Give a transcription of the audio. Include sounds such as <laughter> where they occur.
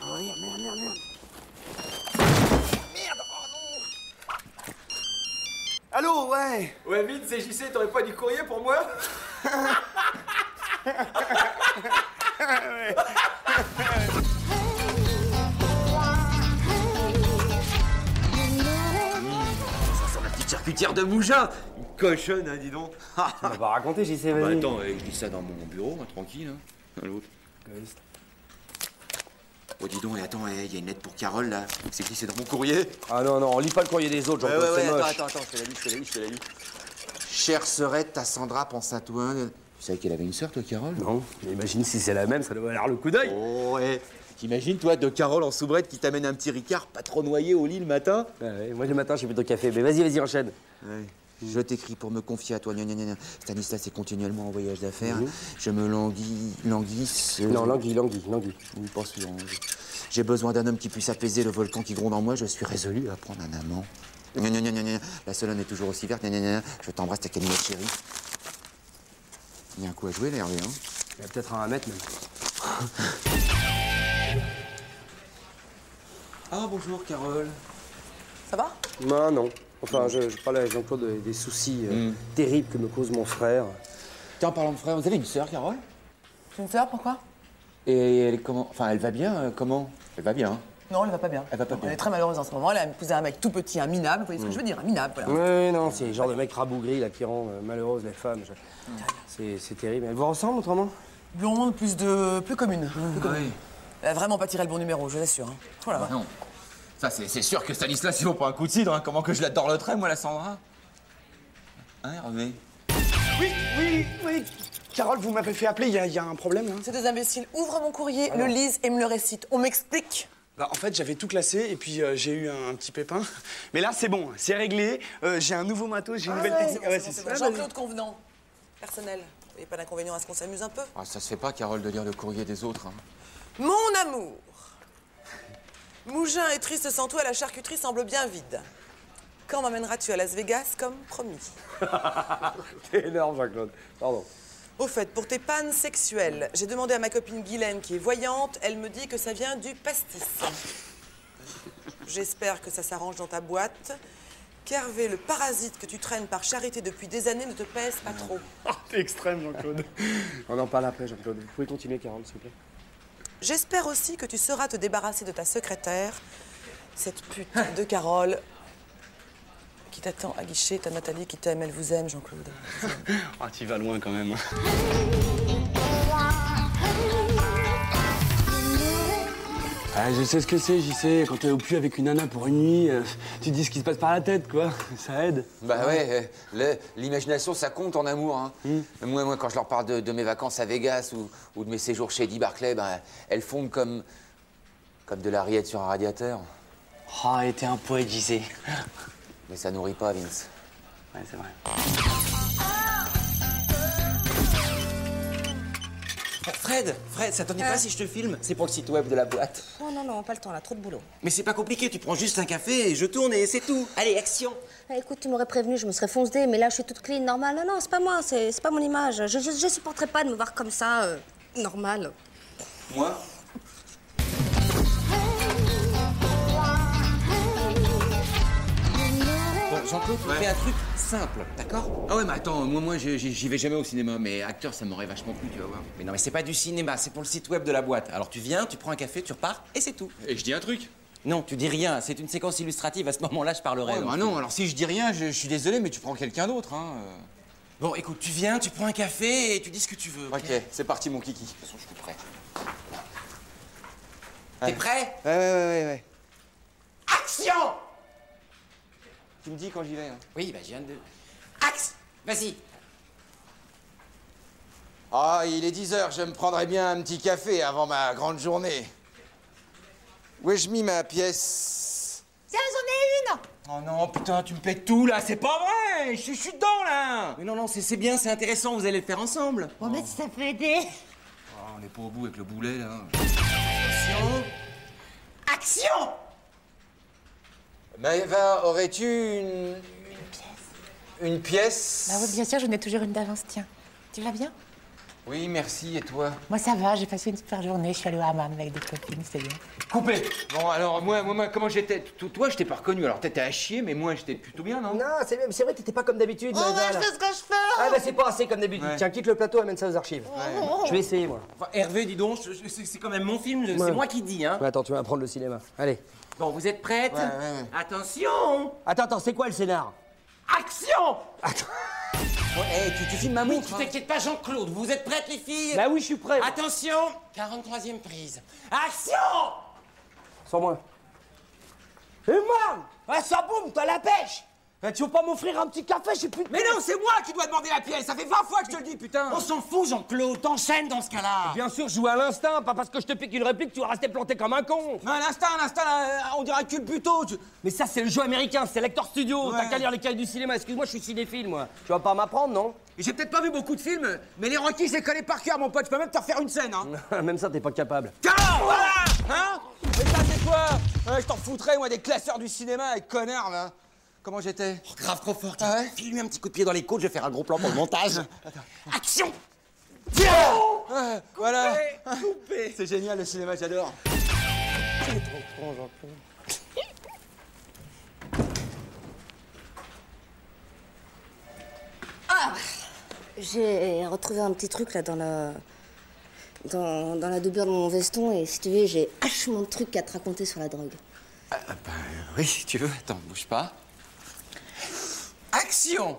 Oh, merde, merde, merde, merde. Merde, oh non Allô, ouais Ouais, vite, CJC, t'aurais pas du courrier pour moi Ça sent la petite charcutière de Mougin Une cochonne, hein, dis donc On va raconter, JC, Ah. Bah, vas-y. attends, euh, je dis ça dans mon bureau, hein, tranquille. Hein. L'autre. Oh, dis donc, et attends, il y a une lettre pour Carole, là. C'est qui, c'est dans mon courrier Ah non, non, on lit pas le courrier des autres, Oh, Ouais, bah, Jean-Paul, ouais, ouais, c'est attends, moche. attends, attends, je te la lis, je te la lis, je te la lis. Chère sœurette, ta Sandra pense à toi. Tu savais qu'elle avait une sœur, toi, Carole Non, mais imagine si c'est la même, ça doit valoir le coup d'œil. Oh, ouais T'imagines, toi, de Carole en soubrette qui t'amène un petit Ricard pas trop noyé au lit le matin Ouais, ouais, moi, le matin, j'ai plutôt café, mais vas-y, vas-y, enchaîne. Ouais. Je t'écris pour me confier à toi. gna gna gna gna. Stanislas est continuellement en voyage d'affaires. Je me languis. languisse. Non, languille, languille, languille. Oui, pas souvent. J'ai besoin d'un homme qui puisse apaiser le volcan qui gronde en moi. Je suis résolu à prendre un amant. Gna gna gna gna gna. La solonne est toujours aussi verte. Gna gna gna. Je t'embrasse, ta calinette chérie. Il y a un coup à jouer, là, Hervé. Hein Il y a peut-être un à mettre, même. ah, bonjour, Carole. Ça va Non, non. Enfin, je, je parlais avec Jean-Claude des, des soucis Mm. euh, terribles que me cause mon frère. Tiens, en parlant de frère, vous avez une sœur, Carole J'ai une sœur, pourquoi Et elle est comment Enfin, elle va bien, euh, comment Elle va bien, hein Non, elle va pas bien. Elle va pas Non, bien. Mm. est très malheureuse en ce moment. Elle a épousé un mec tout petit, un minable. Vous voyez ce que je veux dire Un minable, voilà. Ouais, non, c'est le genre de mec rabougri là, qui rend euh, malheureuse les femmes. je- C'est- C'est terrible. Elle vous ressemble autrement Blonde, plus de. plus commune. Mm. Plus commune. Elle a vraiment pas tiré le bon numéro, je l'assure. hein. Oh là là. Ah Non. Ça, c'est c'est sûr que Stanislas, il vaut pas un coup de cidre, hein. Comment que je l'adore le trait, moi, la Sandra Hein, Hervé Oui, oui, oui. Carole, vous m'avez fait appeler, il y, a- il y a un problème là Ces deux imbéciles ouvrent mon courrier, Ah le lisent et me le récitent. On m'explique Bah, En fait, j'avais tout classé et puis euh, j'ai eu un, un petit pépin. Mais là, c'est bon, c'est réglé. Euh, j'ai un nouveau matos, j'ai une nouvelle technique. Ouais, Ouais, c'est c'est- Ah, bon, c'est bon. ouais, Jean-Claude Convenant, personnel. Vous voyez pas d'inconvénient à ce qu'on s'amuse un peu Ah, ça se fait pas, Carole, de lire le courrier des autres. hein. Mon amour Mougin est triste sans toi, la charcuterie semble bien vide. Quand m'amèneras-tu à Las Vegas comme <laughs> promis C'est énorme, Jean-Claude. Pardon. Au fait, pour tes pannes sexuelles, j'ai demandé à ma copine Guylaine, qui est voyante, elle me dit que ça vient du pastis. J'espère que ça s'arrange dans ta boîte. Qu'Hervé, le parasite que tu traînes par charité depuis des années, ne te pèse pas trop. T'es extrême, Jean-Claude. On en parle après, Jean-Claude. Vous pouvez continuer, Carole, s'il vous plaît. J'espère aussi que tu sauras te débarrasser de ta secrétaire, cette pute de Carole, qui t'attend à guichet. T'as Nathalie qui t'aime, elle vous aime, Jean-Claude. Ah, tu vas loin quand même. Ah, je sais ce que c'est, j'y sais. Quand t'es au puits avec une nana pour une nuit, euh, tu te dis ce qui se passe par la tête, quoi. <laughs> Ça aide. Bah ouais, euh, le- l'imagination ça compte en amour. Hein. Moi, moi, quand je leur parle de, de mes vacances à Vegas ou, ou de mes séjours chez Eddie Barclay, ben, elles fondent comme, comme de la rillette sur un radiateur. Oh, et t'es un poète, j'y sais. Mais ça nourrit pas, Vince. Ouais, c'est vrai. Fred, Fred, ça t'ennuie pas si je te filme C'est pour le site web de la boîte. Non, non, non, pas le temps, là, trop de boulot. Mais c'est pas compliqué, tu prends juste un café et je tourne et c'est tout. Allez, action Ah, écoute, tu m'aurais prévenu, je me serais foncée, mais là, je suis toute clean, normale. Non, non, c'est pas moi, c'est c'est pas mon image. Je, je, je supporterais pas de me voir comme ça, euh, normale. Moi Bon, Jean-Claude, on fait un truc simple, d'accord Ah ouais, mais attends, moi, moi j'ai- j'ai- j'y vais jamais au cinéma, mais acteur, ça m'aurait vachement plu, tu vas voir. Mais non, mais c'est pas du cinéma, c'est pour le site web de la boîte. Alors tu viens, tu prends un café, tu repars et c'est tout. Et je dis un truc Non, tu dis rien, c'est une séquence illustrative, à ce moment-là, je parlerai. Ouais, donc. bah non, alors si je dis rien, je, je suis désolé, mais tu prends quelqu'un d'autre. Hein. Bon, écoute, tu viens, tu prends un café et tu dis ce que tu veux. euh. Ok, c'est parti, mon kiki. De toute façon, je suis prêt. T'es prêt Ouais, ouais, ouais, ouais, ouais. Action Tu me dis quand j'y vais. hein. Oui, bah je viens de... Axe Vas-y Ah, il est 10 heures, je me prendrai bien un petit café avant ma grande journée. Où ai-je mis ma pièce Tiens, j'en ai une Oh non, putain, tu me pètes tout là, c'est pas vrai je, je suis dedans là Mais non, non, c'est c'est bien, c'est intéressant, vous allez le faire ensemble Bon, mais si ça peut aider. Oh, on est pas au bout avec le boulet là. Action Maëva, aurais-tu une... Une pièce Une pièce Bah oui, bien sûr, j'en ai toujours une d'avance, tiens. Tu vas bien Oui, merci, et toi Moi, ça va, j'ai passé une super journée. Je suis allée au hammam avec des copines, c'est bien. Coupé Bon, alors moi, moi, moi, comment j'étais Tout- Toi, je t'ai pas reconnu, alors t'étais à chier, mais moi, j'étais plutôt bien, non Non, c'est c'est vrai, t'étais pas comme d'habitude. Oh, Maëva, ouais, je là. fais ce que je fais Ah, bah c'est pas assez comme d'habitude. Ouais. Tiens, quitte le plateau, amène ça aux archives. Ouais. Je vais essayer, moi. Enfin, Hervé, dis donc, je- je- c'est c'est quand même mon film, je- Ouais. c'est moi qui dis, hein Ouais, attends, tu vas apprendre le cinéma. Allez. Bon, vous êtes prêtes Ouais, ouais, ouais. Attention Attends, attends, c'est quoi le scénar Action Eh, tu, filmes ma Oui, tu t'inquiètes pas, Jean-Claude, vous êtes prêtes, les filles Bah oui, je suis prêt. Attention 43e prise. Action Sans moi. Eh, man Ah, ça boum, t'as la pêche Eh, Tu veux pas m'offrir un petit café, je suis plus de Mais non, c'est moi qui dois demander la pièce, ça fait 20 fois que je te le dis, putain Eh On s'en fout, Jean-Claude, t'enchaînes dans ce cas-là Ah. Bien sûr, jouer à l'instinct, pas parce que je te pique une réplique, tu vas rester planté comme un con Non, à l'instinct, à l'instinct, là, euh, on dirait un cul puto Mais ça, c'est le jeu américain, c'est l'acteur studio, Ouais. t'as qu'à lire les cahiers du cinéma, excuse-moi, je suis cinéphile, moi. Tu vas pas m'apprendre, non <laughs> J'ai peut-être pas vu beaucoup de films, mais les Rockies, je les connais par cœur, mon pote, je peux même te refaire une scène, hein Même ça, t'es pas capable. Tiens, voilà Hein Oh Mais ça, c'est quoi Ouais, Je t'en foutrais, moi, des classeurs du cinéma, et connards, là Comment j'étais Grave trop fort, ah ouais File-lui un petit coup de pied dans les côtes, je vais faire un gros plan pour le montage. Action Tiens Ouais, Voilà C'est génial, le cinéma, j'adore J'ai retrouvé un petit truc là dans la. Dans, dans la doublure de mon veston, et si tu veux, j'ai hachement de trucs à te raconter sur la drogue. Oui, si tu veux, attends, bouge pas. Action